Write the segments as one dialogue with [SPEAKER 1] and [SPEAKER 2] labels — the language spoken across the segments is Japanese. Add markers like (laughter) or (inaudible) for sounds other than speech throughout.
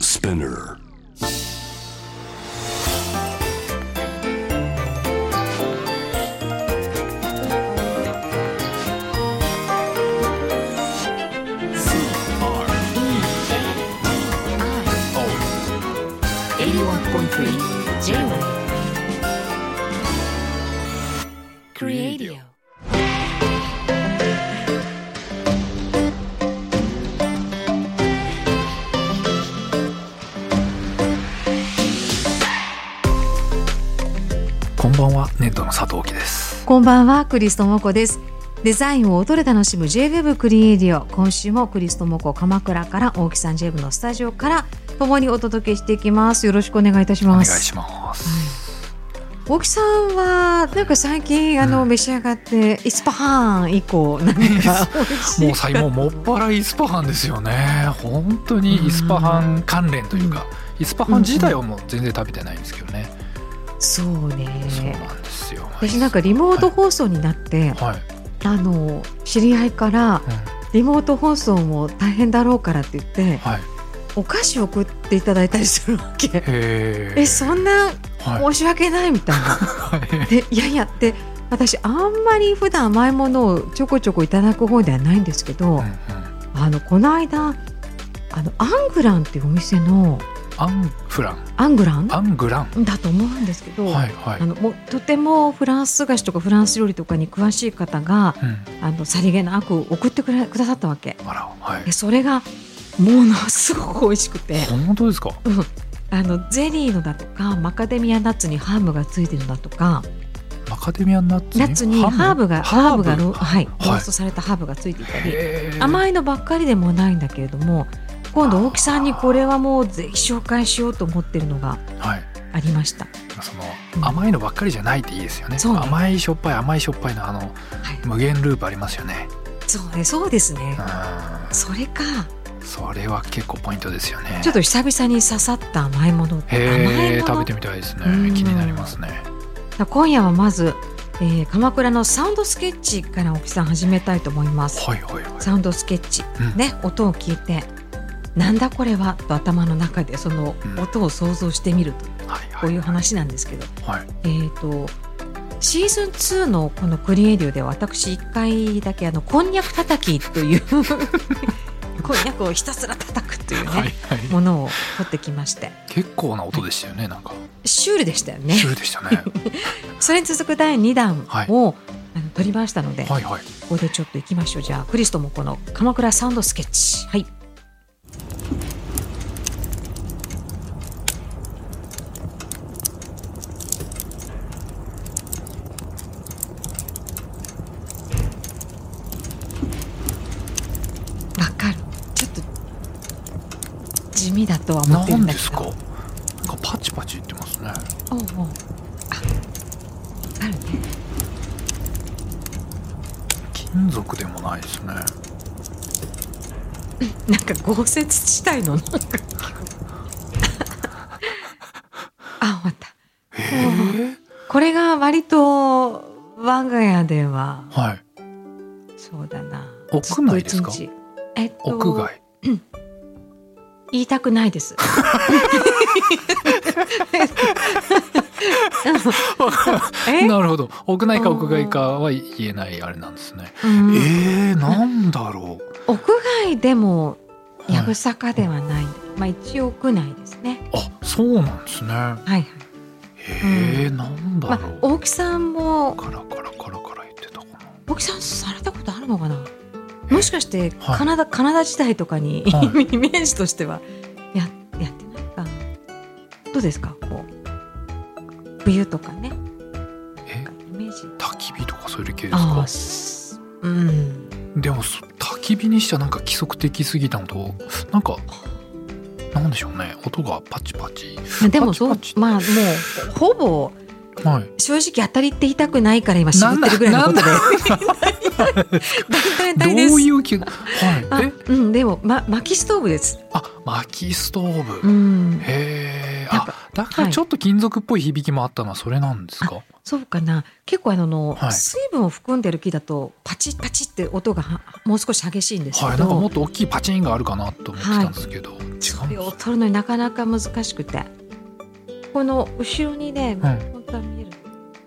[SPEAKER 1] Spinner.
[SPEAKER 2] 81.3 J-Way
[SPEAKER 3] Creadio.
[SPEAKER 4] こんばんは、ネットの佐藤貴です。
[SPEAKER 2] こんばんはクリストモコですデザインを音で楽しむ J-Web クリエイディオ今週もクリストモコ鎌倉から大木さん J-Web のスタジオから共にお届けしていきますよろしくお願いいたし
[SPEAKER 4] お願
[SPEAKER 2] ま
[SPEAKER 4] い
[SPEAKER 2] す
[SPEAKER 4] します。
[SPEAKER 2] 大木さんはなんか最近あの、
[SPEAKER 4] うん
[SPEAKER 2] 召し上がってイスパハーン以降なんか美味しい
[SPEAKER 4] もう最もうもっぱらイスパハンですよね。本当にイスパハン関連というか、イスパハン自体はもう全然食べてないんですけどね。
[SPEAKER 2] そうね
[SPEAKER 4] そうなんですよ。
[SPEAKER 2] 私なんかリモート放送になって、
[SPEAKER 4] はい。
[SPEAKER 2] あの知り合いから
[SPEAKER 4] うん
[SPEAKER 2] リモート放送も大変だろうからって言って
[SPEAKER 4] はい。
[SPEAKER 2] お菓子送っていただいたりするわけ。
[SPEAKER 4] へ
[SPEAKER 2] えそんな
[SPEAKER 4] はい。
[SPEAKER 2] 申し訳ないみたいな。
[SPEAKER 4] はい
[SPEAKER 2] でいやいやって私あんまり普段甘いものをちょこちょこいただく方ではないんですけど、
[SPEAKER 4] うんうん
[SPEAKER 2] あのこの間あのアングランっていうお店の
[SPEAKER 4] アンフラン、
[SPEAKER 2] アングラン
[SPEAKER 4] アングラン。
[SPEAKER 2] だと思うんですけど、
[SPEAKER 4] はいはい
[SPEAKER 2] あ。のもうとてもフランス菓子とかフランス料理とかに詳しい方が
[SPEAKER 4] うん。
[SPEAKER 2] あのさりげなく送ってくれくださったわけ
[SPEAKER 4] あら、はい
[SPEAKER 2] で。それがものすごく美味しくて
[SPEAKER 4] 本当ですか。
[SPEAKER 2] あのゼリーのだとかマカデミアナッツにハムがついてるのだとか
[SPEAKER 4] マカデミアナッツに。
[SPEAKER 2] ナッツにハーブがハーブがロ,、はい、ロ
[SPEAKER 4] はい
[SPEAKER 2] ーストされたハーブがついていたり
[SPEAKER 4] へー
[SPEAKER 2] 甘いのばっかりでもないんだけれども今度大木さんにこれはもうぜひ紹介しようと思ってるのが
[SPEAKER 4] はい。
[SPEAKER 2] ありました。
[SPEAKER 4] そ
[SPEAKER 2] うん
[SPEAKER 4] の甘いのばっかりじゃないっていいですよね。
[SPEAKER 2] そうね
[SPEAKER 4] 甘いしょっぱい甘いしょっぱいのあの
[SPEAKER 2] はい、
[SPEAKER 4] 無限ループありますよね。
[SPEAKER 2] そうねそうですね
[SPEAKER 4] う。ん。
[SPEAKER 2] それか
[SPEAKER 4] それは結構ポイントですよね。
[SPEAKER 2] ちょっと久々に刺さった甘いもの甘い
[SPEAKER 4] へえ
[SPEAKER 2] も
[SPEAKER 4] 食
[SPEAKER 2] の
[SPEAKER 4] べてみたいですね
[SPEAKER 2] うん。
[SPEAKER 4] 気になりますね。
[SPEAKER 2] 今夜はまず、えー鎌倉のサウンドスケッチから沖さん始めたいと思います
[SPEAKER 4] はいはいはい。
[SPEAKER 2] サウンドスケッチ、
[SPEAKER 4] うん
[SPEAKER 2] ね音を聞いてなんだこれはと頭の中でその
[SPEAKER 4] うん
[SPEAKER 2] 音を想像してみると、
[SPEAKER 4] はいは
[SPEAKER 2] こう
[SPEAKER 4] い
[SPEAKER 2] いう話なんですけど、
[SPEAKER 4] はい。
[SPEAKER 2] えっ、とシーズン2のこのクリエイディオでは私1回だけあのこんにゃく叩きという
[SPEAKER 4] (laughs)
[SPEAKER 2] こんにゃくをひたすら叩くというね、
[SPEAKER 4] はいはい。
[SPEAKER 2] ものを取ってきまして
[SPEAKER 4] 結構な音でしたよね。なんか
[SPEAKER 2] シュールでしたよね
[SPEAKER 4] シュールでした
[SPEAKER 2] (laughs)
[SPEAKER 4] ね。
[SPEAKER 2] それに続く第2弾
[SPEAKER 4] はい
[SPEAKER 2] を、あの取りましたので、 (laughs)
[SPEAKER 4] はいはい。
[SPEAKER 2] ここでちょっと行きましょうじゃあクリストもこの鎌倉サウンドスケッチはいわかるちょっと地味だとは思ってる
[SPEAKER 4] なんん
[SPEAKER 2] だ
[SPEAKER 4] で
[SPEAKER 2] け
[SPEAKER 4] す
[SPEAKER 2] ど
[SPEAKER 4] か。なんかパチパチ言ってますね。
[SPEAKER 2] おうおうああるね
[SPEAKER 4] 金属でもないですね。
[SPEAKER 2] なんか豪雪地帯のなん (laughs) かあ終わった
[SPEAKER 4] へえ。
[SPEAKER 2] これが割と我が家では
[SPEAKER 4] はい。
[SPEAKER 2] そうだな
[SPEAKER 4] 屋内ですか
[SPEAKER 2] ずっと一日えっと
[SPEAKER 4] 屋外。
[SPEAKER 2] 言いたくないです
[SPEAKER 4] (laughs)
[SPEAKER 2] え
[SPEAKER 4] なるほど屋内か屋外かは言えないあれなんですね、
[SPEAKER 2] うん
[SPEAKER 4] えー、なんだろう
[SPEAKER 2] 屋外でも
[SPEAKER 4] い
[SPEAKER 2] やぶさかではない、まあ一応屋内ですね
[SPEAKER 4] あそうなんですね
[SPEAKER 2] はいはい
[SPEAKER 4] えーなんだ
[SPEAKER 2] まあ
[SPEAKER 4] ろう、
[SPEAKER 2] 大木さんも
[SPEAKER 4] カラカラカラカラ言ってたか
[SPEAKER 2] 大木さんされたことあるのかなもしかして
[SPEAKER 4] はい
[SPEAKER 2] カナダ、カナダ時代とかに、
[SPEAKER 4] は
[SPEAKER 2] (laughs) イメージとしてはややってないかどうですかこう冬とかね
[SPEAKER 4] なえ
[SPEAKER 2] なんかイメージ
[SPEAKER 4] 焚き火とかそういう系です
[SPEAKER 2] あ
[SPEAKER 4] か
[SPEAKER 2] あすうん
[SPEAKER 4] でもそ焚き火にしてはなんか規則的すぎたのとなんかなんでしょうね音がパチパチ
[SPEAKER 2] まあでも
[SPEAKER 4] パチ
[SPEAKER 2] そう
[SPEAKER 4] パチ
[SPEAKER 2] まあもうほぼ
[SPEAKER 4] はい
[SPEAKER 2] 正直当たりって言いたくないから今絞ってるぐらいのことで (laughs) 大
[SPEAKER 4] (laughs)
[SPEAKER 2] 体
[SPEAKER 4] どう
[SPEAKER 2] 大体です (laughs)
[SPEAKER 4] いう気はいえ
[SPEAKER 2] あうんでも、ま、薪ストーブです
[SPEAKER 4] あ薪ストーブ、
[SPEAKER 2] うん
[SPEAKER 4] へえ
[SPEAKER 2] なんか
[SPEAKER 4] あだからちょっと金属っぽい響きもあったのはそれなんですか、
[SPEAKER 2] そうかな結構あの、
[SPEAKER 4] はい
[SPEAKER 2] 水分を含んでる木だとパチッパチッって音がはもう少し激しいんですけ
[SPEAKER 4] はい、
[SPEAKER 2] ど、
[SPEAKER 4] なんかもっと大きいパチンがあるかなと思ってたんですけど、違うん
[SPEAKER 2] 量を取るのになかなか難しくてこの後ろにね、本当は見える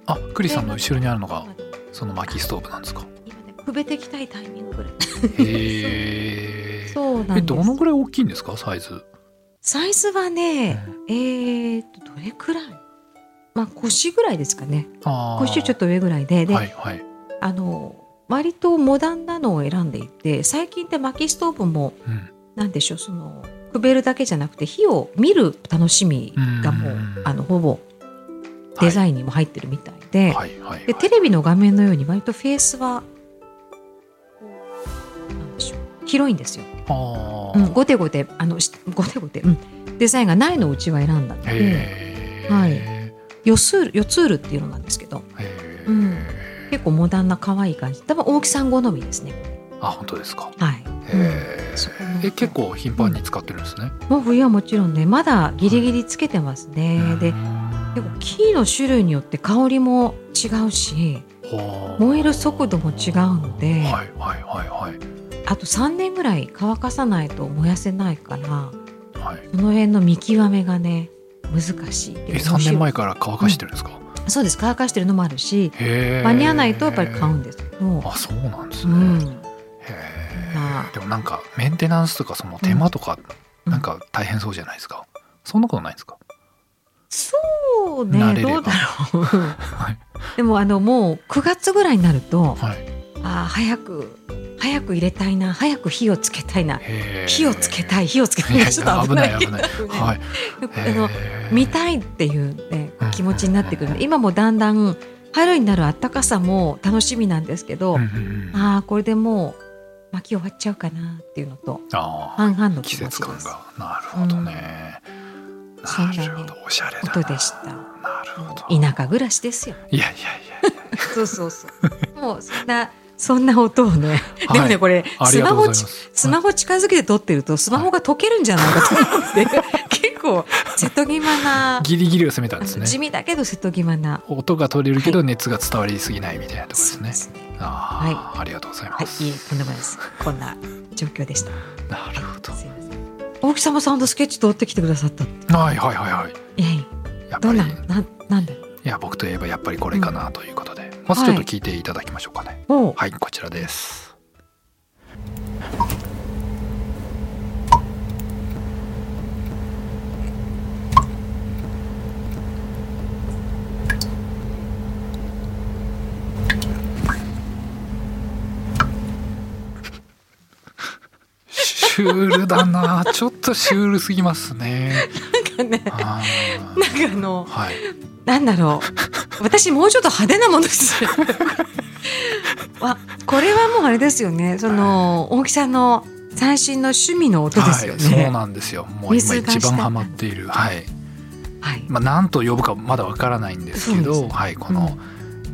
[SPEAKER 4] あクリさんの後ろにあるのが
[SPEAKER 2] 今でも
[SPEAKER 4] その薪ストーブなんですか
[SPEAKER 2] 今でもくべてきたいタイミングぐらい
[SPEAKER 4] へー
[SPEAKER 2] そうなんです
[SPEAKER 4] えどのぐらい大きいんですかサイズ、
[SPEAKER 2] サイズは
[SPEAKER 4] うん
[SPEAKER 2] ね、えーとどれくらいまあ腰ぐらいですかね
[SPEAKER 4] あー
[SPEAKER 2] 腰よりちょっと上ぐらいでで、
[SPEAKER 4] はいはい
[SPEAKER 2] あの割とモダンなのを選んでいて最近って薪ストーブも
[SPEAKER 4] うん
[SPEAKER 2] なんでしょうそのくべるだけじゃなくて火を見る楽しみがもう
[SPEAKER 4] うん
[SPEAKER 2] あのほぼデザインにも入ってるみたいで,、
[SPEAKER 4] はいはいはい
[SPEAKER 2] でテレビの画面のように割とフェースはこうなんでしょう広いんですよ。
[SPEAKER 4] あ
[SPEAKER 2] う
[SPEAKER 4] ー
[SPEAKER 2] ん、ごてごてあのしごてごて、うん、デザインがないのをうちは選んだので
[SPEAKER 4] へえ
[SPEAKER 2] はい
[SPEAKER 4] へ
[SPEAKER 2] ヨツールヨツールっていうのなんですけど
[SPEAKER 4] え、
[SPEAKER 2] うん結構モダンな可愛い感じ多分大木さん好みですね。
[SPEAKER 4] あ本当ですか
[SPEAKER 2] はい、
[SPEAKER 4] へ
[SPEAKER 2] そうな
[SPEAKER 4] え
[SPEAKER 2] んです
[SPEAKER 4] え結構頻繁に使ってるんですね、
[SPEAKER 2] もう冬はもちろんねまだギリギリつけてますね、で結構木の種類によって香りも違うし
[SPEAKER 4] 構
[SPEAKER 2] 燃える速度も違うので
[SPEAKER 4] はいはいはいはい
[SPEAKER 2] あと3年ぐらい乾かさないと燃やせないから
[SPEAKER 4] はい
[SPEAKER 2] その辺の見極めがね難しいけど
[SPEAKER 4] え三年前から乾かしてるんですか、
[SPEAKER 2] そうです乾かしてるのもあるし
[SPEAKER 4] へえ
[SPEAKER 2] 間に合わないとやっぱり買うんですけど、
[SPEAKER 4] あそうなんです
[SPEAKER 2] う
[SPEAKER 4] ね、
[SPEAKER 2] ん、
[SPEAKER 4] へ
[SPEAKER 2] ま
[SPEAKER 4] えでもなんかメンテナンスとかその手間とか
[SPEAKER 2] うん
[SPEAKER 4] なんか大変そうじゃないですか、そんなことないですか
[SPEAKER 2] そう
[SPEAKER 4] 慣れ
[SPEAKER 2] ね
[SPEAKER 4] れば
[SPEAKER 2] どうだろう (laughs)
[SPEAKER 4] はい
[SPEAKER 2] でもあのもう9月ぐらいになると
[SPEAKER 4] はい
[SPEAKER 2] あー早く早く入れたいな早く火をつけたいな
[SPEAKER 4] へえ
[SPEAKER 2] 火をつけたい火をつけた
[SPEAKER 4] いやい
[SPEAKER 2] い
[SPEAKER 4] や
[SPEAKER 2] (laughs) ちょっと危ない
[SPEAKER 4] (laughs) 危ない危ないはい
[SPEAKER 2] あの
[SPEAKER 4] へえ
[SPEAKER 2] 見たいっていう、ね
[SPEAKER 4] うん、
[SPEAKER 2] 気持ちになってくるので今もだんだん春になる暖かさも楽しみなんですけど、
[SPEAKER 4] うんうんうん
[SPEAKER 2] ああこれでもう巻き終わっちゃうかなっていうのと
[SPEAKER 4] あー
[SPEAKER 2] 半々の
[SPEAKER 4] 季
[SPEAKER 2] 気持
[SPEAKER 4] 節
[SPEAKER 2] ちで
[SPEAKER 4] 感
[SPEAKER 2] す
[SPEAKER 4] がなるほどね、
[SPEAKER 2] そうだね
[SPEAKER 4] なるほどおしゃれだ
[SPEAKER 2] こと
[SPEAKER 4] な
[SPEAKER 2] でした。
[SPEAKER 4] なるほど
[SPEAKER 2] 田舎暮らしで
[SPEAKER 4] (laughs)
[SPEAKER 2] すよ。
[SPEAKER 4] いやいやい
[SPEAKER 2] そうそうそう。もうそんなそんな音をね、
[SPEAKER 4] や
[SPEAKER 2] でもね
[SPEAKER 4] はい
[SPEAKER 2] これ
[SPEAKER 4] あり
[SPEAKER 2] ス
[SPEAKER 4] が
[SPEAKER 2] マ
[SPEAKER 4] とうござ
[SPEAKER 2] ホ
[SPEAKER 4] いま
[SPEAKER 2] ち
[SPEAKER 4] す
[SPEAKER 2] スマホ近づけて撮ってるとスマホが溶けるんじゃないかと思
[SPEAKER 4] (laughs)
[SPEAKER 2] って、結構瀬戸際な、
[SPEAKER 4] ギリギリを攻めたんですね
[SPEAKER 2] 地味だけど瀬戸際な。
[SPEAKER 4] 音が取れるけど熱が伝わりすぎないみたいなところです
[SPEAKER 2] そう
[SPEAKER 4] ね
[SPEAKER 2] ですね。
[SPEAKER 4] ああ、ありがとうござい
[SPEAKER 2] は
[SPEAKER 4] ま
[SPEAKER 2] い、
[SPEAKER 4] す、
[SPEAKER 2] いえ、とんでもないです。こんな状況でした。
[SPEAKER 4] なるほど
[SPEAKER 2] すいません。大木さんもサウンドスケッチ撮ってきてくださったって。
[SPEAKER 4] はいはいはいはい
[SPEAKER 2] いやいや、
[SPEAKER 4] やっ
[SPEAKER 2] ど
[SPEAKER 4] ぱ
[SPEAKER 2] ん
[SPEAKER 4] り
[SPEAKER 2] ないなんなんだろ
[SPEAKER 4] や僕といえばやっぱりこれかなということで、まずちょっと聞いていただきましょうかね
[SPEAKER 2] う。もう
[SPEAKER 4] はい、こちらですシュールだなちょっとシュールすぎますね
[SPEAKER 2] なんかね、
[SPEAKER 4] あ
[SPEAKER 2] な
[SPEAKER 4] ー
[SPEAKER 2] んかあの (laughs)
[SPEAKER 4] はい
[SPEAKER 2] なんだろう。私もうちょっと派手なものです。 (laughs) わ、これはもうあれですよね。その大木さんの最新の趣味の音ですよ
[SPEAKER 4] はい、そう
[SPEAKER 2] ね。
[SPEAKER 4] なんですよもう今一番ハマっているはい
[SPEAKER 2] はい。
[SPEAKER 4] まあ、何と呼ぶかまだわからないんですけ
[SPEAKER 2] そう
[SPEAKER 4] ど
[SPEAKER 2] です
[SPEAKER 4] はい、この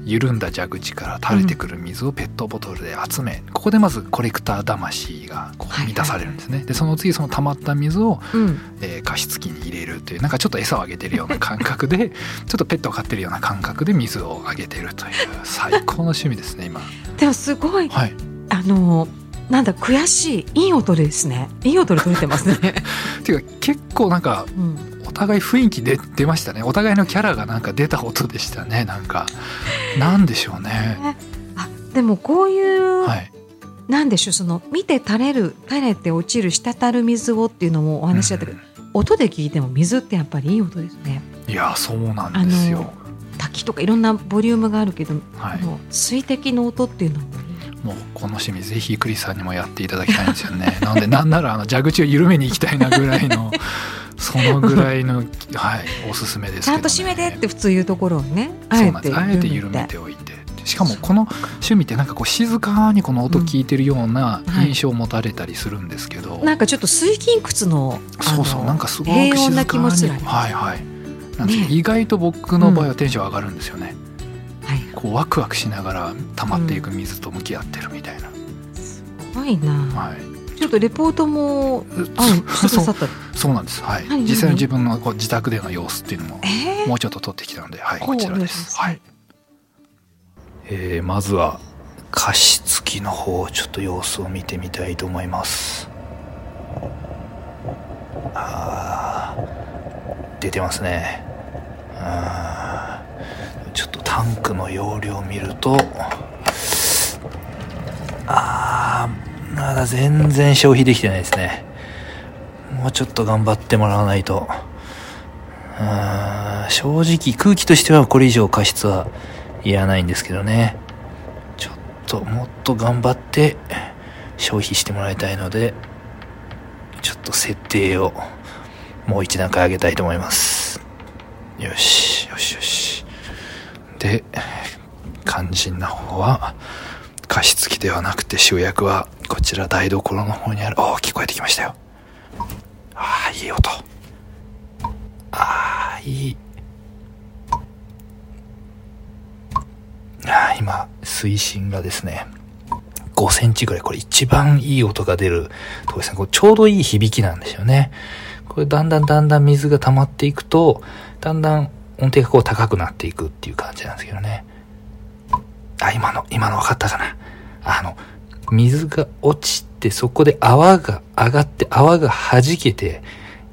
[SPEAKER 4] 緩んだ蛇口から垂れてくる水をペットボトルで集め、ここでまずコレクター魂がこう
[SPEAKER 2] はい
[SPEAKER 4] 満たされるんですね、でその次その溜まった水を、
[SPEAKER 2] うん。
[SPEAKER 4] えー加湿器に入れるっていうなんかちょっと餌をあげてるような感覚で
[SPEAKER 2] (laughs)
[SPEAKER 4] ちょっとペットを飼ってるような感覚で水をあげてるという最高の趣味ですね
[SPEAKER 2] (laughs)
[SPEAKER 4] 今。
[SPEAKER 2] でもすごい、
[SPEAKER 4] はい、
[SPEAKER 2] あのなんだ悔しいいい音ですね。いい音で撮れてますね。
[SPEAKER 4] っていうか結構なんか
[SPEAKER 2] うん。
[SPEAKER 4] お互い雰囲気で出ましたねお互いのキャラがなんか出た音でしたねなんかなんでしょうね。
[SPEAKER 2] あ、でもこういう、
[SPEAKER 4] はい
[SPEAKER 2] なんでしょうその見て垂れる垂れて落ちる滴る水をっていうのもお話だったけど、音で聞いても水ってやっぱりいい音ですね。
[SPEAKER 4] いやそうなんですよ。
[SPEAKER 2] 滝とかいろんなボリュームがあるけど、
[SPEAKER 4] はい、
[SPEAKER 2] この水滴の音っていうのも
[SPEAKER 4] もうこの趣味ぜひクリスさんにもやっていただきたいんですよね。 (laughs) なのでなんならあの蛇口を緩めに行きたいなぐらいの (laughs) そのぐらいのはいおすすめですけど、ね。
[SPEAKER 2] ちゃんと締めてって普通言うところをねあ
[SPEAKER 4] そ
[SPEAKER 2] え
[SPEAKER 4] うなんで
[SPEAKER 2] て
[SPEAKER 4] す。あえて緩
[SPEAKER 2] 緩め
[SPEAKER 4] め
[SPEAKER 2] て
[SPEAKER 4] ておいて。しかもこの趣味ってなんかこう静かにこの音聞いてるような
[SPEAKER 2] うんはい
[SPEAKER 4] 印象を持たれたりするんですけど、
[SPEAKER 2] なんかちょっと水筋屈のあ
[SPEAKER 4] そ
[SPEAKER 2] の
[SPEAKER 4] うそうなんかすごく
[SPEAKER 2] 平
[SPEAKER 4] 静
[SPEAKER 2] 穏な気
[SPEAKER 4] か
[SPEAKER 2] 持ち
[SPEAKER 4] に
[SPEAKER 2] になります
[SPEAKER 4] はいはいなんですよ
[SPEAKER 2] ね
[SPEAKER 4] 意外と僕の場合はテンション上がるんですよね、
[SPEAKER 2] はい
[SPEAKER 4] こうワクワクしながら溜まっていく水と向き合ってるみたいな、
[SPEAKER 2] すごいな
[SPEAKER 4] はい
[SPEAKER 2] ちょっとレポートもあるしてくださ
[SPEAKER 4] そ
[SPEAKER 2] った
[SPEAKER 4] うそうなんです、はい、
[SPEAKER 2] 何何
[SPEAKER 4] 実際の自分のこう自宅での様子っていうのも
[SPEAKER 2] え
[SPEAKER 4] もうちょっと撮ってきたので、はい、
[SPEAKER 2] お
[SPEAKER 4] こちらで、
[SPEAKER 2] お願いしますす
[SPEAKER 4] はいえーまずは加湿器の方ちょっと様子を見てみたいと思いますあ
[SPEAKER 1] 出てますねうんちょっとタンクの容量を見るとあーまだ全然消費できてないですねもうちょっと頑張ってもらわないとうーん正直空気としてはこれ以上過失はいらないんですけどねちょっともっと頑張って消費してもらいたいのでちょっと設定をもう一段階上げたいと思いますよしよしよしで肝心な方は加湿器ではなくて主役はこちら台所の方にあるおお聞こえてきましたよああいい音ああいいあー今水深がですね5センチぐらいこれ一番いい音が出るとこですねこれちょうどいい響きなんですよねこれだんだんだんだん水が溜まっていくとだんだん音程がこう高くなっていくっていう感じなんですけどねあ、今の、今の分かったかな。あの、水が落ちて、そこで泡が上がって、泡が弾けて、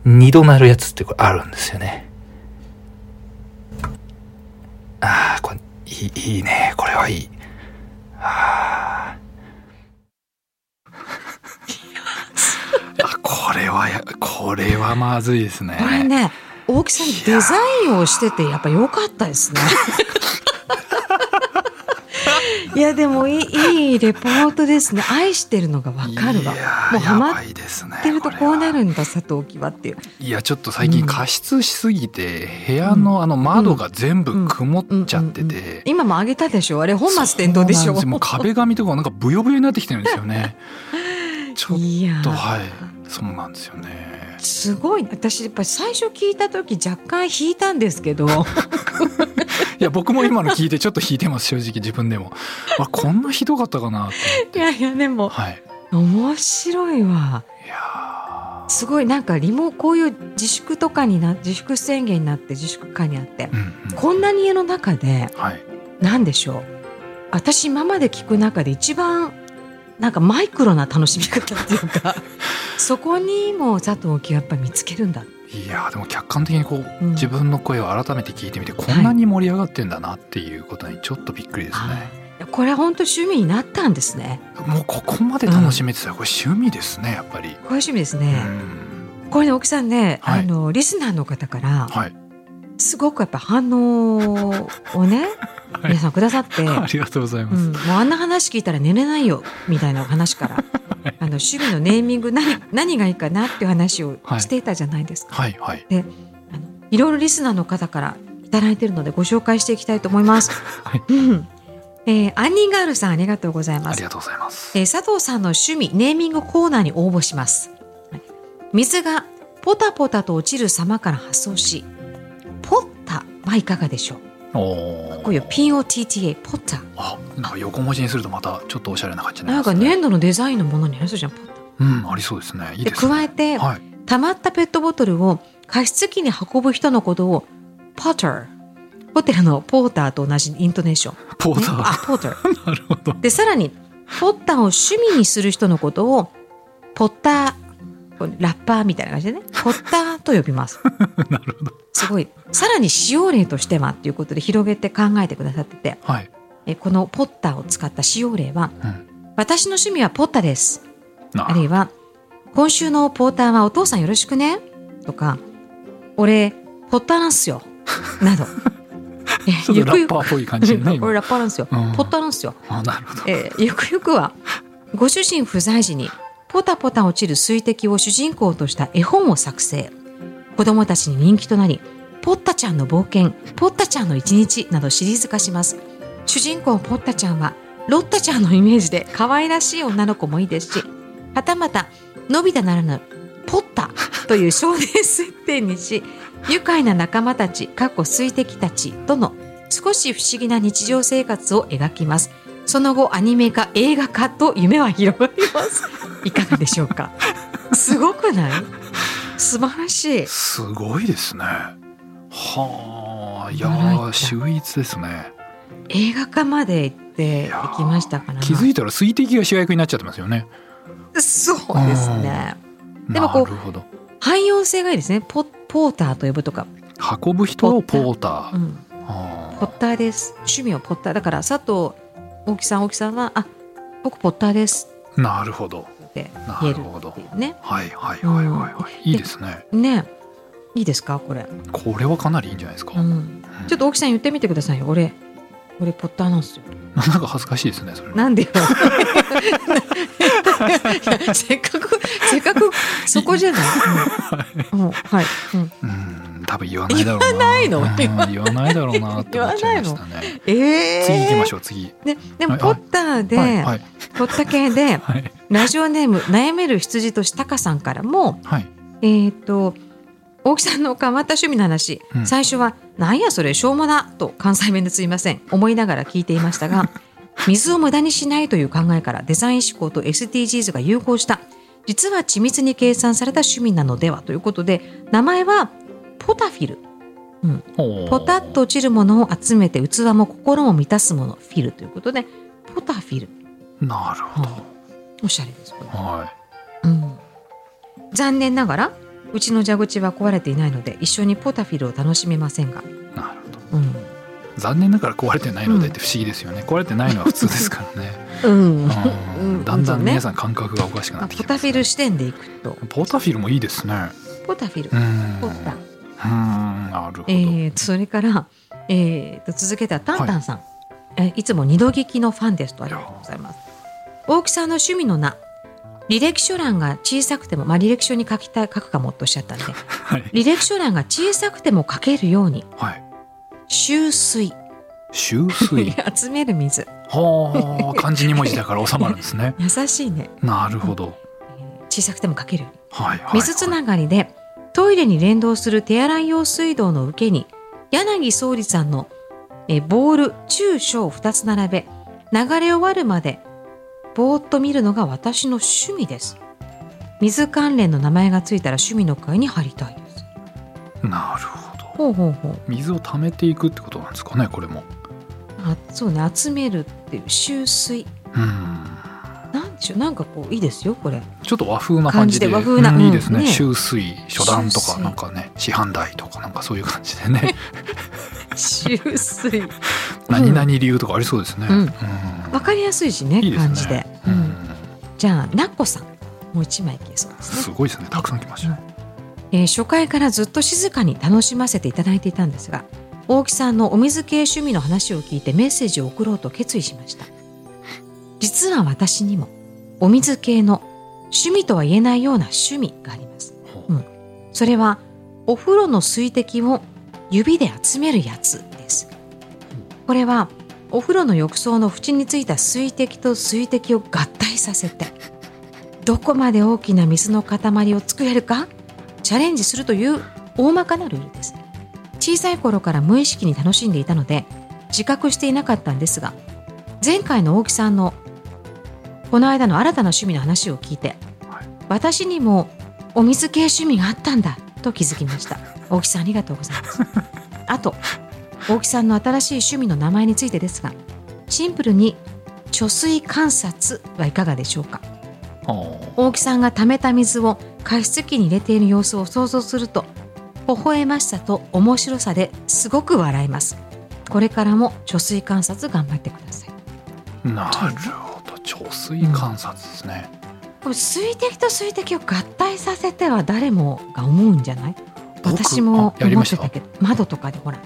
[SPEAKER 1] 二度鳴るやつってこれあるんですよね。ああ、これ、いい、いいね。これはいい。あ
[SPEAKER 4] あ。あ、これはや、これはまずいですね。
[SPEAKER 2] これね、大木さんデザインをしてて、やっぱ良かったですね。 (laughs) いやでもいいいいレポートですね愛してるのがわかるわ
[SPEAKER 4] いやー
[SPEAKER 2] もうハマ
[SPEAKER 4] やば
[SPEAKER 2] っ
[SPEAKER 4] いですね
[SPEAKER 2] てるとこうな
[SPEAKER 4] れは
[SPEAKER 2] るんださとうきはっていう
[SPEAKER 4] いやちょっと最近加湿しすぎて部屋
[SPEAKER 2] う
[SPEAKER 4] のあの窓が全部曇っちゃって
[SPEAKER 2] うんうんうん
[SPEAKER 4] て
[SPEAKER 2] 今も上げたでしょあれ本末転倒でし
[SPEAKER 4] そうなん
[SPEAKER 2] ょ
[SPEAKER 4] すよもう壁紙とかなんかブヨブヨになってきてるんですよ
[SPEAKER 2] (laughs)
[SPEAKER 4] ねちょっ
[SPEAKER 2] いやー
[SPEAKER 4] とはいそうなんですよね
[SPEAKER 2] すごい私やっぱり最初聞いた時若干引いたんです
[SPEAKER 4] (laughs)
[SPEAKER 2] けど
[SPEAKER 4] いや僕も今の聞いてちょっと引いてます正直自分でもあこんなひどかったかなと思っ
[SPEAKER 2] い
[SPEAKER 4] て
[SPEAKER 2] やいやでも
[SPEAKER 4] はい
[SPEAKER 2] 面白いわ
[SPEAKER 4] いや
[SPEAKER 2] すごいなんかリモこういう自粛とかにな自粛宣言になって自粛下にあって
[SPEAKER 4] ーうんうん
[SPEAKER 2] こんなに家の中で
[SPEAKER 4] はい
[SPEAKER 2] 何でしょう私今まで聞く中で一番なんかマイクロな楽しみ方っていう
[SPEAKER 4] (laughs)
[SPEAKER 2] かそこにも佐藤きやっぱ見つけるんだ
[SPEAKER 4] いやーでも客観的にこう、
[SPEAKER 2] うん
[SPEAKER 4] 自分の声を改めて聞いてみてこんなに盛り上がってんだなっていうことにちょっとびっくりですね、
[SPEAKER 2] あこれは本当趣味になったんですね
[SPEAKER 4] もうここまで楽しめてたらこれ趣味ですねやっぱり、
[SPEAKER 2] こういう趣味です
[SPEAKER 4] う
[SPEAKER 2] ね、
[SPEAKER 4] ん、
[SPEAKER 2] これね奥さんね、
[SPEAKER 4] はい
[SPEAKER 2] あのリスナーの方から
[SPEAKER 4] はい
[SPEAKER 2] すごくやっぱ反応をね、
[SPEAKER 4] い
[SPEAKER 2] 皆さんくださって、
[SPEAKER 4] ありがとうございま
[SPEAKER 2] う
[SPEAKER 4] す、
[SPEAKER 2] ん、もうあんな話聞いたら寝れないよみたいなお話から、
[SPEAKER 4] (laughs)
[SPEAKER 2] あの趣味のネーミング何何がいいかなっていう話をしていたじゃないですか、
[SPEAKER 4] はいはい
[SPEAKER 2] い、ろいろリスナーの方からいただいてるのでご紹介していきたいと思います、
[SPEAKER 4] (laughs) はい
[SPEAKER 2] うんえーアンニーガールさんありがとうございま
[SPEAKER 4] あ
[SPEAKER 2] す
[SPEAKER 4] りがとうございます
[SPEAKER 2] えー佐藤さんの趣味ネーミングコーナーに応募しますはい水がポタポタと落ちる様から発想しポッタはいかがでしょう
[SPEAKER 4] お
[SPEAKER 2] こういう POTTA ポッタ
[SPEAKER 4] あなんか横文字にするとまたちょっとおしゃれな感じになり
[SPEAKER 2] なん
[SPEAKER 4] ます
[SPEAKER 2] か
[SPEAKER 4] ね
[SPEAKER 2] 粘土のデザインのものになりそうじゃんポッタ
[SPEAKER 4] うんありそうですねいい
[SPEAKER 2] で
[SPEAKER 4] ですね
[SPEAKER 2] 加えて、
[SPEAKER 4] はい
[SPEAKER 2] 溜まったペットボトルを加湿器に運ぶ人のことをポッターホテルのポーターと同じイントネーション
[SPEAKER 4] ポーター
[SPEAKER 2] ねあポーター
[SPEAKER 4] なるほど
[SPEAKER 2] でさらにポッターを趣味にする人のことをポッターこれラッパーみたいな感じでねポッターと呼びます
[SPEAKER 4] (laughs) なるほど
[SPEAKER 2] すごいさらに使用例としてはっていうことで広げて考えてくださってて
[SPEAKER 4] はい、
[SPEAKER 2] えこのポッターを使った使用例は
[SPEAKER 4] うん、
[SPEAKER 2] 私の趣味はポッターです
[SPEAKER 4] な
[SPEAKER 2] あるいは今週のポーターはお父さんよろしくねとか俺ポッターなんすよ
[SPEAKER 4] (laughs)
[SPEAKER 2] などえ
[SPEAKER 4] ちょっとラッパーっぽい感じね
[SPEAKER 2] (laughs) 俺
[SPEAKER 4] 今
[SPEAKER 2] ラッパーなんすよ、
[SPEAKER 4] うん
[SPEAKER 2] ポッターなんすよ
[SPEAKER 4] あなるほど
[SPEAKER 2] えーゆくゆくはご主人不在時にポタポタ落ちる水滴を主人公とした絵本を作成子供たちに人気となり「ポッタちゃんの冒険」「ポッタちゃんの一日」などシリーズ化します主人公ポッタちゃんはロッタちゃんのイメージで可愛らしい女の子もいいですしはたまたのび太ならぬポッタという少年設定にし愉快な仲間たちかっこ水滴たちとの少し不思議な日常生活を描きますその後アニメ化映画化と夢は広がり
[SPEAKER 4] (laughs)
[SPEAKER 2] ますいかがでしょうかすごくない素晴らしい
[SPEAKER 4] すごいですねはあいや
[SPEAKER 2] 驚い
[SPEAKER 4] ー
[SPEAKER 2] た
[SPEAKER 4] 秀逸ですね
[SPEAKER 2] 映画化まで行っていきましたから
[SPEAKER 4] 気づいたら水滴が主役になっちゃってますよね
[SPEAKER 2] そうですねでもこう
[SPEAKER 4] なるほど
[SPEAKER 2] 汎用性がいいですねポポーターと呼ぶとか
[SPEAKER 4] 運ぶ人をポーター
[SPEAKER 2] うん、
[SPEAKER 4] あ
[SPEAKER 2] ポッターです趣味はポッターだから佐藤大木さん大木さんは「あ僕ポッターです
[SPEAKER 4] ーなるほど」
[SPEAKER 2] って言
[SPEAKER 4] な
[SPEAKER 2] え
[SPEAKER 4] る
[SPEAKER 2] る
[SPEAKER 4] ほど
[SPEAKER 2] っていうね
[SPEAKER 4] はいはいはいはいはいいいですね
[SPEAKER 2] ねいいですかこれ、
[SPEAKER 4] これはかなりいいんじゃないですか、
[SPEAKER 2] う
[SPEAKER 4] うん
[SPEAKER 2] ん、ちょっと大木さん言ってみてくださいよ俺俺ポッターなんですよ
[SPEAKER 4] なんか恥ずかしいですねそれ
[SPEAKER 2] なんでよ (laughs) いやせっかくせっかくそこじゃない、うんうんはい、うん、
[SPEAKER 4] うん多分言わないだろうな言わない
[SPEAKER 2] の
[SPEAKER 4] 言わないだろうなって思っちゃいましたね
[SPEAKER 2] ええー、
[SPEAKER 4] 次行きましょう次
[SPEAKER 2] ね、でも
[SPEAKER 4] はい
[SPEAKER 2] ポッターで、
[SPEAKER 4] はいはい
[SPEAKER 2] ポッタ系で
[SPEAKER 4] はい
[SPEAKER 2] ラジオネーム悩める羊としたかさんからも
[SPEAKER 4] はい
[SPEAKER 2] えっ、と大木さんの変わった趣味の話、
[SPEAKER 4] うん
[SPEAKER 2] 最初は「なんやそれしょうもな」と関西弁ですいません思いながら聞いていました
[SPEAKER 4] (laughs)
[SPEAKER 2] が水を無駄にしないという考えからデザイン思考と SDGs が融合した実は緻密に計算された趣味なのではということで名前はポタフィル
[SPEAKER 4] おー
[SPEAKER 2] ポタッと落ちるものを集めて器も心も満たすものフィルということでポタフィル
[SPEAKER 4] なるほど
[SPEAKER 2] おしゃれですこれ
[SPEAKER 4] は
[SPEAKER 2] うん、残念ながらうちの蛇口は壊れていないので一緒にポタフィルを楽しめませんが、
[SPEAKER 4] いなるほど
[SPEAKER 2] うん
[SPEAKER 4] 残念ながら壊れてないのでって不思議ですよね、壊れてないのは普通ですからね
[SPEAKER 2] (laughs) うん
[SPEAKER 4] うんだんだん皆さん感覚がおかしくなってき
[SPEAKER 2] ポ
[SPEAKER 4] てま
[SPEAKER 2] タ
[SPEAKER 4] す
[SPEAKER 2] フ
[SPEAKER 4] ね
[SPEAKER 2] ィル視点でいくと
[SPEAKER 4] ポタフィルもいいですね
[SPEAKER 2] ポタフィル、
[SPEAKER 4] うん
[SPEAKER 2] ポタ、
[SPEAKER 4] うんなるほど、
[SPEAKER 2] えーとそれから、えーと続けてはタンタンさん、えいつも二度聞きのファンですとありがとうございます大木さんの趣味の名履歴書欄が小さくても、まあ、履歴書に書きたい書くかもとおっしゃ (laughs) ったんで
[SPEAKER 4] はい
[SPEAKER 2] 履歴書欄が小さくても書けるように
[SPEAKER 4] はい
[SPEAKER 2] 集水
[SPEAKER 4] 集水
[SPEAKER 2] 集める水
[SPEAKER 4] はあ漢字二文字だから収まるんです
[SPEAKER 2] (laughs)
[SPEAKER 4] ね
[SPEAKER 2] 優しいね
[SPEAKER 4] なるほど
[SPEAKER 2] 小さくても書けるように
[SPEAKER 4] はいはい、はい、
[SPEAKER 2] 水つながりでトイレに連動する手洗い用水道の受けに柳総理さんのえボール中小2つ並べ流れ終わるまでぼーっと見るのが私の趣味です水関連の名前がついたら趣味の会に入りたいです
[SPEAKER 4] なるほど
[SPEAKER 2] ほうほうほう
[SPEAKER 4] 水を溜めていくってことなんですかねこれも
[SPEAKER 2] あそうね集めるっていう集水
[SPEAKER 4] うん
[SPEAKER 2] なんでしょうなんかこういいですよこれ (laughs)
[SPEAKER 4] ちょっと和風な感じで
[SPEAKER 2] 感じで和風な
[SPEAKER 4] うんいいですね
[SPEAKER 2] うんね
[SPEAKER 4] 集水初段と
[SPEAKER 2] 集
[SPEAKER 4] か
[SPEAKER 2] 水
[SPEAKER 4] なんかね師範代とかなんかそういう感じでね
[SPEAKER 2] 集水
[SPEAKER 4] (laughs) 何々理由とかありそうですね、
[SPEAKER 2] う
[SPEAKER 4] うんん
[SPEAKER 2] わかりやすいしね
[SPEAKER 4] いいですね
[SPEAKER 2] 感じで、
[SPEAKER 4] う
[SPEAKER 2] うん
[SPEAKER 4] ん
[SPEAKER 2] じゃあなっこさんもう一枚いけそうですね
[SPEAKER 4] すごいですねたくさん来ましたね
[SPEAKER 2] えー初回からずっと静かに楽しませていただいていたんですが大木さんのお水系趣味の話を聞いてメッセージを送ろうと決意しました実は私にもお水系の趣味とは言えないような趣味があります、
[SPEAKER 4] ほ
[SPEAKER 2] うん、それはお風呂の水滴を指で集めるやつですこれはお風呂の浴槽の縁についた水滴と水滴を合体させてどこまで大きな水の塊を作れるかチャレンジするという大まかなルールです小さい頃から無意識に楽しんでいたので自覚していなかったんですが前回の大木さんのこの間の新たな趣味の話を聞いて
[SPEAKER 4] はい
[SPEAKER 2] 私にもお水系趣味があったんだと気づきました大木さんありがとうございますあと大木さんの新しい趣味の名前についてですがシンプルに貯水観察はいかがでしょうか
[SPEAKER 4] は
[SPEAKER 2] 大木さんが溜めた水を加湿器に入れている様子を想像すると微笑ましさと面白さですごく笑えますこれからも貯水観察頑張ってください
[SPEAKER 4] あなるほど貯水観察ですね、
[SPEAKER 2] これ水滴と水滴を合体させては誰もが思うんじゃない
[SPEAKER 4] 僕
[SPEAKER 2] 私も
[SPEAKER 4] あやりま
[SPEAKER 2] 思っ
[SPEAKER 4] した
[SPEAKER 2] てたけど窓とかでほら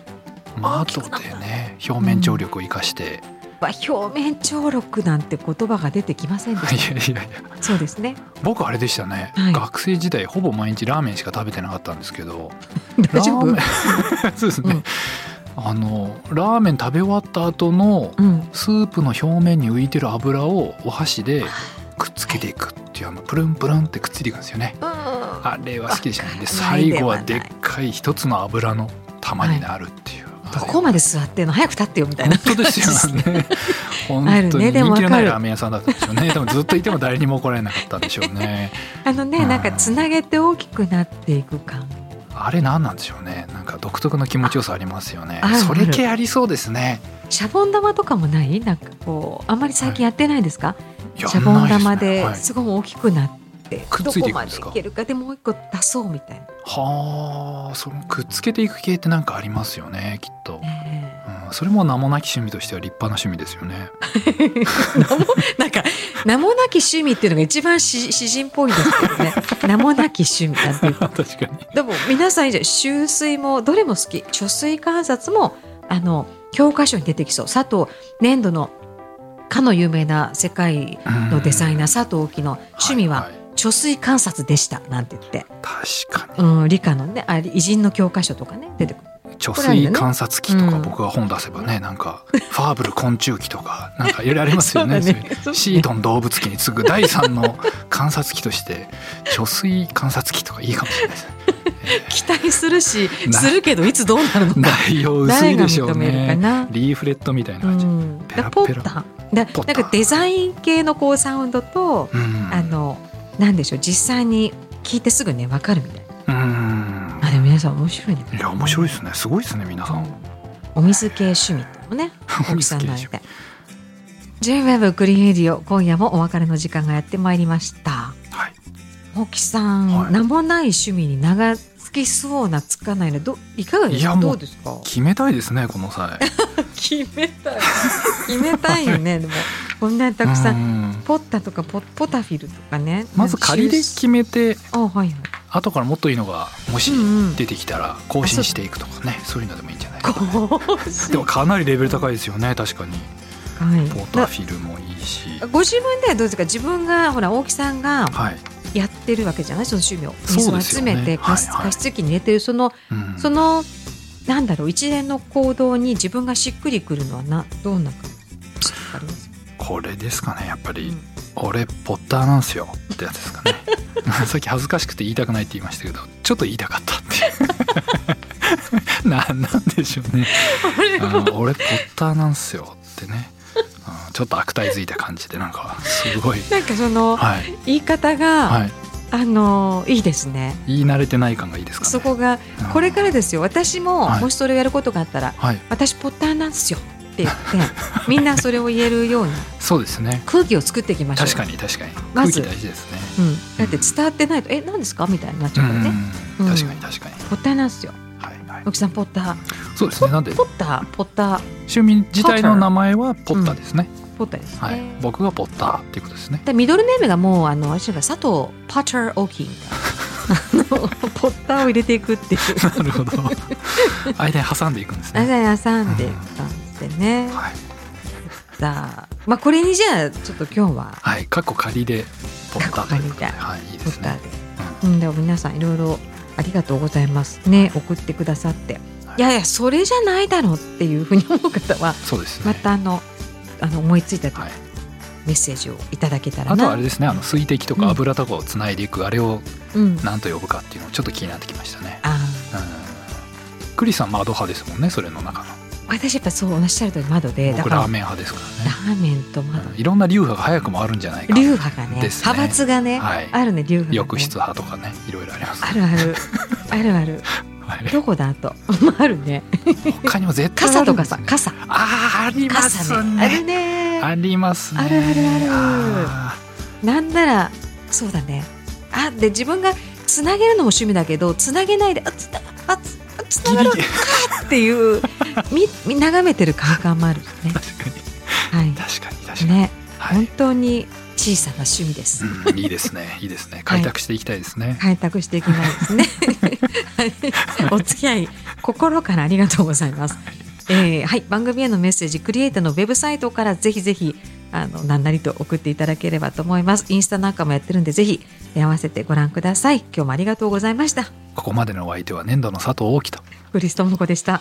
[SPEAKER 4] 窓でね表面張力を生かして、
[SPEAKER 2] わ表面張力なんて言葉が出てきませんで
[SPEAKER 4] (laughs) い
[SPEAKER 2] し
[SPEAKER 4] やいやいや
[SPEAKER 2] たそうで
[SPEAKER 4] (laughs)
[SPEAKER 2] すね
[SPEAKER 4] 僕あれでしたね、
[SPEAKER 2] はい
[SPEAKER 4] 学生時代ほぼ毎日ラーメンしか食べてなかったんですけど
[SPEAKER 2] 大丈夫
[SPEAKER 4] ラーメン (laughs) そうですね、あのラーメン食べ終わった後の
[SPEAKER 2] うん
[SPEAKER 4] スープの表面に浮いてる油をお箸でくっつけていくっていうあのプルンプルンってくっついていくんですよねあれは好きでしたねで
[SPEAKER 2] ない
[SPEAKER 4] 最
[SPEAKER 2] で
[SPEAKER 4] 後
[SPEAKER 2] は
[SPEAKER 4] は
[SPEAKER 2] ない
[SPEAKER 4] でっかい一つの油の玉になるっていう、
[SPEAKER 2] どこまで座ってんの早く立ってよみたいな
[SPEAKER 4] 本当です (laughs) よね。本
[SPEAKER 2] ある
[SPEAKER 4] 当
[SPEAKER 2] ね
[SPEAKER 4] に
[SPEAKER 2] でも
[SPEAKER 4] 人
[SPEAKER 2] わか
[SPEAKER 4] 気のな
[SPEAKER 2] る
[SPEAKER 4] いラーメン屋さんだったんでしょうね。でもずっといても誰にも怒られなかったんでしょうね。
[SPEAKER 2] あのね
[SPEAKER 4] うん
[SPEAKER 2] なんかつなげて大きくなっていく感
[SPEAKER 4] あれ何なんでしょうね。なんか独特の気持ちよさありますよね
[SPEAKER 2] あある。
[SPEAKER 4] それ系ありそうですね。
[SPEAKER 2] シャボン玉とかもないなんかこうあんまり最近やってないですか、
[SPEAKER 4] いや
[SPEAKER 2] シャボン
[SPEAKER 4] な
[SPEAKER 2] 玉
[SPEAKER 4] い
[SPEAKER 2] です
[SPEAKER 4] ね
[SPEAKER 2] すごい大きくなっって
[SPEAKER 4] くっ
[SPEAKER 2] ど
[SPEAKER 4] ついて
[SPEAKER 2] こ
[SPEAKER 4] いく
[SPEAKER 2] ま
[SPEAKER 4] んで
[SPEAKER 2] ですい
[SPEAKER 4] か
[SPEAKER 2] けるかでもう一個出そうみたい
[SPEAKER 4] はあそのくっつけていく系ってなんかありますよねきっと
[SPEAKER 2] な、、ね
[SPEAKER 4] うん、それも名もなき趣味としては立派な趣味ですよね
[SPEAKER 2] え名もなんか名もなき趣味っていうのが一番詩詩人っぽいですけどね名もなき趣味なんて
[SPEAKER 4] (laughs)
[SPEAKER 2] いうか
[SPEAKER 4] 確かに
[SPEAKER 2] でも皆さんいいじゃん収水もどれも好き貯水観察もあの教科書に出てきそう佐藤粘土のかの有名な世界のデザイナー佐藤沖の趣味は貯水観察でしたなんて言って、
[SPEAKER 4] 確か
[SPEAKER 2] うん、理科のねあ偉人の教科書とかね出てくる
[SPEAKER 4] に貯水
[SPEAKER 2] ね
[SPEAKER 4] 観察機とか
[SPEAKER 2] うん
[SPEAKER 4] 僕が本出せばね、なんか「ファーブル昆虫記」と
[SPEAKER 2] (laughs)
[SPEAKER 4] かなんかいろいろありますよね
[SPEAKER 2] そうだ
[SPEAKER 4] そ
[SPEAKER 2] ね
[SPEAKER 4] ういう
[SPEAKER 2] そうだね
[SPEAKER 4] シートン動物記に次ぐ第3の観察機として貯水観察機とかいいかもしれないですね
[SPEAKER 2] 期待するし
[SPEAKER 4] な
[SPEAKER 2] するけどいつどう
[SPEAKER 4] (laughs)
[SPEAKER 2] なるのか
[SPEAKER 4] 内容薄
[SPEAKER 2] 誰
[SPEAKER 4] い
[SPEAKER 2] が
[SPEAKER 4] でしょ
[SPEAKER 2] 認
[SPEAKER 4] う
[SPEAKER 2] めるか
[SPEAKER 4] ね
[SPEAKER 2] な。
[SPEAKER 4] リーフレットみたいな
[SPEAKER 2] う
[SPEAKER 4] 感じ、うん
[SPEAKER 2] ん、だからポ
[SPEAKER 4] ペラペラ
[SPEAKER 2] ッタンだ
[SPEAKER 4] ポッ
[SPEAKER 2] な
[SPEAKER 4] タ
[SPEAKER 2] んかデザイン系のこうサウンドと、あのなんでしょう実際に聞いてすぐねわかるみたいな。
[SPEAKER 4] うん
[SPEAKER 2] あでも皆さん面白いね。
[SPEAKER 4] いや面白いですねすごいですね皆さ (laughs) ん
[SPEAKER 2] お水系趣味ってのもね、
[SPEAKER 4] (laughs) お
[SPEAKER 2] 奥
[SPEAKER 4] 水
[SPEAKER 2] さ
[SPEAKER 4] 系
[SPEAKER 2] んの
[SPEAKER 4] 趣味
[SPEAKER 2] 間。J-Web グリーンエディオ今夜もお別れの時間がやってまいりました。
[SPEAKER 4] はい
[SPEAKER 2] モキさん、
[SPEAKER 4] はい
[SPEAKER 2] 名もない趣味に長つきそうなつかないのどいかがで
[SPEAKER 4] い
[SPEAKER 2] す
[SPEAKER 4] や
[SPEAKER 2] か
[SPEAKER 4] も
[SPEAKER 2] ど
[SPEAKER 4] う
[SPEAKER 2] うですか (laughs)
[SPEAKER 4] 決めたいですねこの際
[SPEAKER 2] 決めたい決めたいよねでもこんな (laughs) にたくさん、
[SPEAKER 4] うん
[SPEAKER 2] ポッタとかポポタフィルとかね
[SPEAKER 4] まず仮で決めて
[SPEAKER 2] あはいはい
[SPEAKER 4] 後からもっといいのがもし
[SPEAKER 2] うんうん
[SPEAKER 4] 出てきたら更新していくとかねそういうのでもいいんじゃないか
[SPEAKER 2] こう
[SPEAKER 4] でもかなりレベル高いですよね確かに
[SPEAKER 2] はい
[SPEAKER 4] ポーターフィルもいいし
[SPEAKER 2] ご自分ではどうですか自分がほら大木さんが
[SPEAKER 4] はい、
[SPEAKER 2] やってるわけじゃないその趣味を水
[SPEAKER 4] そう
[SPEAKER 2] を
[SPEAKER 4] です
[SPEAKER 2] 集
[SPEAKER 4] よね
[SPEAKER 2] めて加湿,、
[SPEAKER 4] はいはい
[SPEAKER 2] 加湿器に入れてるその、
[SPEAKER 4] うん、
[SPEAKER 2] そのなんだろう一連の行動に自分がしっくりくるのはなどんな感じあります
[SPEAKER 4] これですかねやっぱり、
[SPEAKER 2] うん
[SPEAKER 4] 俺ポッターなんすよってやつですかね (laughs) さっき恥ずかしくて言いたくないって言いましたけどちょっと言いたかったっていう (laughs) なんなんでしょうねあの俺ポッターなんすよってねあのちょっと悪態づいた感じでなんかすごい
[SPEAKER 2] (laughs) なんかその
[SPEAKER 4] はい
[SPEAKER 2] 言い方が、
[SPEAKER 4] はい
[SPEAKER 2] あのいいですね
[SPEAKER 4] 言い慣れてない感がいいですかね
[SPEAKER 2] そこが
[SPEAKER 4] うん
[SPEAKER 2] これからですよ私も、
[SPEAKER 4] はい
[SPEAKER 2] もしそれをやることがあったら
[SPEAKER 4] はい
[SPEAKER 2] 私ポッターなんですよって言ってみんなそれを言えるような
[SPEAKER 4] そうですね
[SPEAKER 2] 空気を作っていきましょう
[SPEAKER 4] 確かに確かに
[SPEAKER 2] ま
[SPEAKER 4] 空
[SPEAKER 2] ず
[SPEAKER 4] 気大事ですね
[SPEAKER 2] うん、だって伝わってないと「え何ですか?」みたいになっちゃうからね
[SPEAKER 4] う
[SPEAKER 2] うんん
[SPEAKER 4] 確かに確かに
[SPEAKER 2] 「ポッターなんですよ
[SPEAKER 4] はいはい
[SPEAKER 2] 奥さんポッター」
[SPEAKER 4] そうですねなんで
[SPEAKER 2] ポッター、ポッター、
[SPEAKER 4] 趣味自体の名前はポッターですね
[SPEAKER 2] ポッターですね。
[SPEAKER 4] はい僕がポッターっていうことですね
[SPEAKER 2] でミドルネームがもうあの私が佐藤パッター・オーキーみたい
[SPEAKER 4] (laughs)
[SPEAKER 2] なあのポッターを入れていくっていう
[SPEAKER 4] なるほど間に挟んでいくんです
[SPEAKER 2] あ
[SPEAKER 4] ね
[SPEAKER 2] じゃあ挟んでいったんでね。
[SPEAKER 4] はい、
[SPEAKER 2] じゃあまあこれにじゃあちょっと今日は
[SPEAKER 4] はい、かっこ仮でポッターということで
[SPEAKER 2] かっこ仮で
[SPEAKER 4] はいいいで
[SPEAKER 2] ポッ
[SPEAKER 4] す
[SPEAKER 2] タ
[SPEAKER 4] ね
[SPEAKER 2] ーで。うん、でも皆さんいろいろありがとうございますね送ってくださって、
[SPEAKER 4] はい
[SPEAKER 2] い、やいやそれじゃないだろうっていうふうに思う方は
[SPEAKER 4] そうですね
[SPEAKER 2] またあのあの思いついた
[SPEAKER 4] はい
[SPEAKER 2] メッセージをいただけたら
[SPEAKER 4] あとはあ
[SPEAKER 2] な
[SPEAKER 4] れ。ですねあの水滴とか
[SPEAKER 2] うん
[SPEAKER 4] 油とかをつないでいくあれを
[SPEAKER 2] うん、
[SPEAKER 4] 何と呼ぶかっていうのちょっと気になってきましたね
[SPEAKER 2] あ
[SPEAKER 4] うんクリさん窓派ですもんねそれの中の
[SPEAKER 2] ー私やっぱそうおっしゃる通り窓でだ
[SPEAKER 4] 僕
[SPEAKER 2] から
[SPEAKER 4] ラーメン派ですか
[SPEAKER 2] ラーメンとま
[SPEAKER 4] ら
[SPEAKER 2] だ
[SPEAKER 4] ね、うんいろんな流派が早くもあるんじゃないか
[SPEAKER 2] 流派がね
[SPEAKER 4] ですね
[SPEAKER 2] 派閥がね、
[SPEAKER 4] はい
[SPEAKER 2] あるね流派がね、
[SPEAKER 4] 浴室派とかねいろいろあります
[SPEAKER 2] あるあるあるある
[SPEAKER 4] はい
[SPEAKER 2] どこだあと (laughs) あるね
[SPEAKER 4] 他にも絶対あ
[SPEAKER 2] 傘
[SPEAKER 4] る
[SPEAKER 2] と
[SPEAKER 4] んで
[SPEAKER 2] か
[SPEAKER 4] す
[SPEAKER 2] さ
[SPEAKER 4] ね
[SPEAKER 2] 傘
[SPEAKER 4] あーあります
[SPEAKER 2] 傘
[SPEAKER 4] ね
[SPEAKER 2] ねあるね
[SPEAKER 4] ありますね
[SPEAKER 2] あるあるある
[SPEAKER 4] あ
[SPEAKER 2] なんならそうだねあで自分がつなげるのも趣味だけどつなげないであつなあつあつなが
[SPEAKER 4] ー
[SPEAKER 2] る
[SPEAKER 4] ギリギリ
[SPEAKER 2] っていうみ (laughs) み眺めてる感覚もあるよね
[SPEAKER 4] 確かに
[SPEAKER 2] は
[SPEAKER 4] 確かに確か
[SPEAKER 2] い
[SPEAKER 4] に、
[SPEAKER 2] ね
[SPEAKER 4] は
[SPEAKER 2] 本
[SPEAKER 4] い、
[SPEAKER 2] 当に小さな趣味です、
[SPEAKER 4] うん、いいですねいいですね開拓していきたいですね、
[SPEAKER 2] 開拓していきたいですね。はいお付き合い心からありがとうございます。えーはい、番組へのメッセージクリエイトのウェブサイトからぜひぜひあの何なりと送っていただければと思います。インスタなんかもやってるんでぜひ合わせてご覧ください。今日もありがとうございました。
[SPEAKER 4] ここまでのお相手は年度の佐藤大樹と
[SPEAKER 2] クリストモコでした。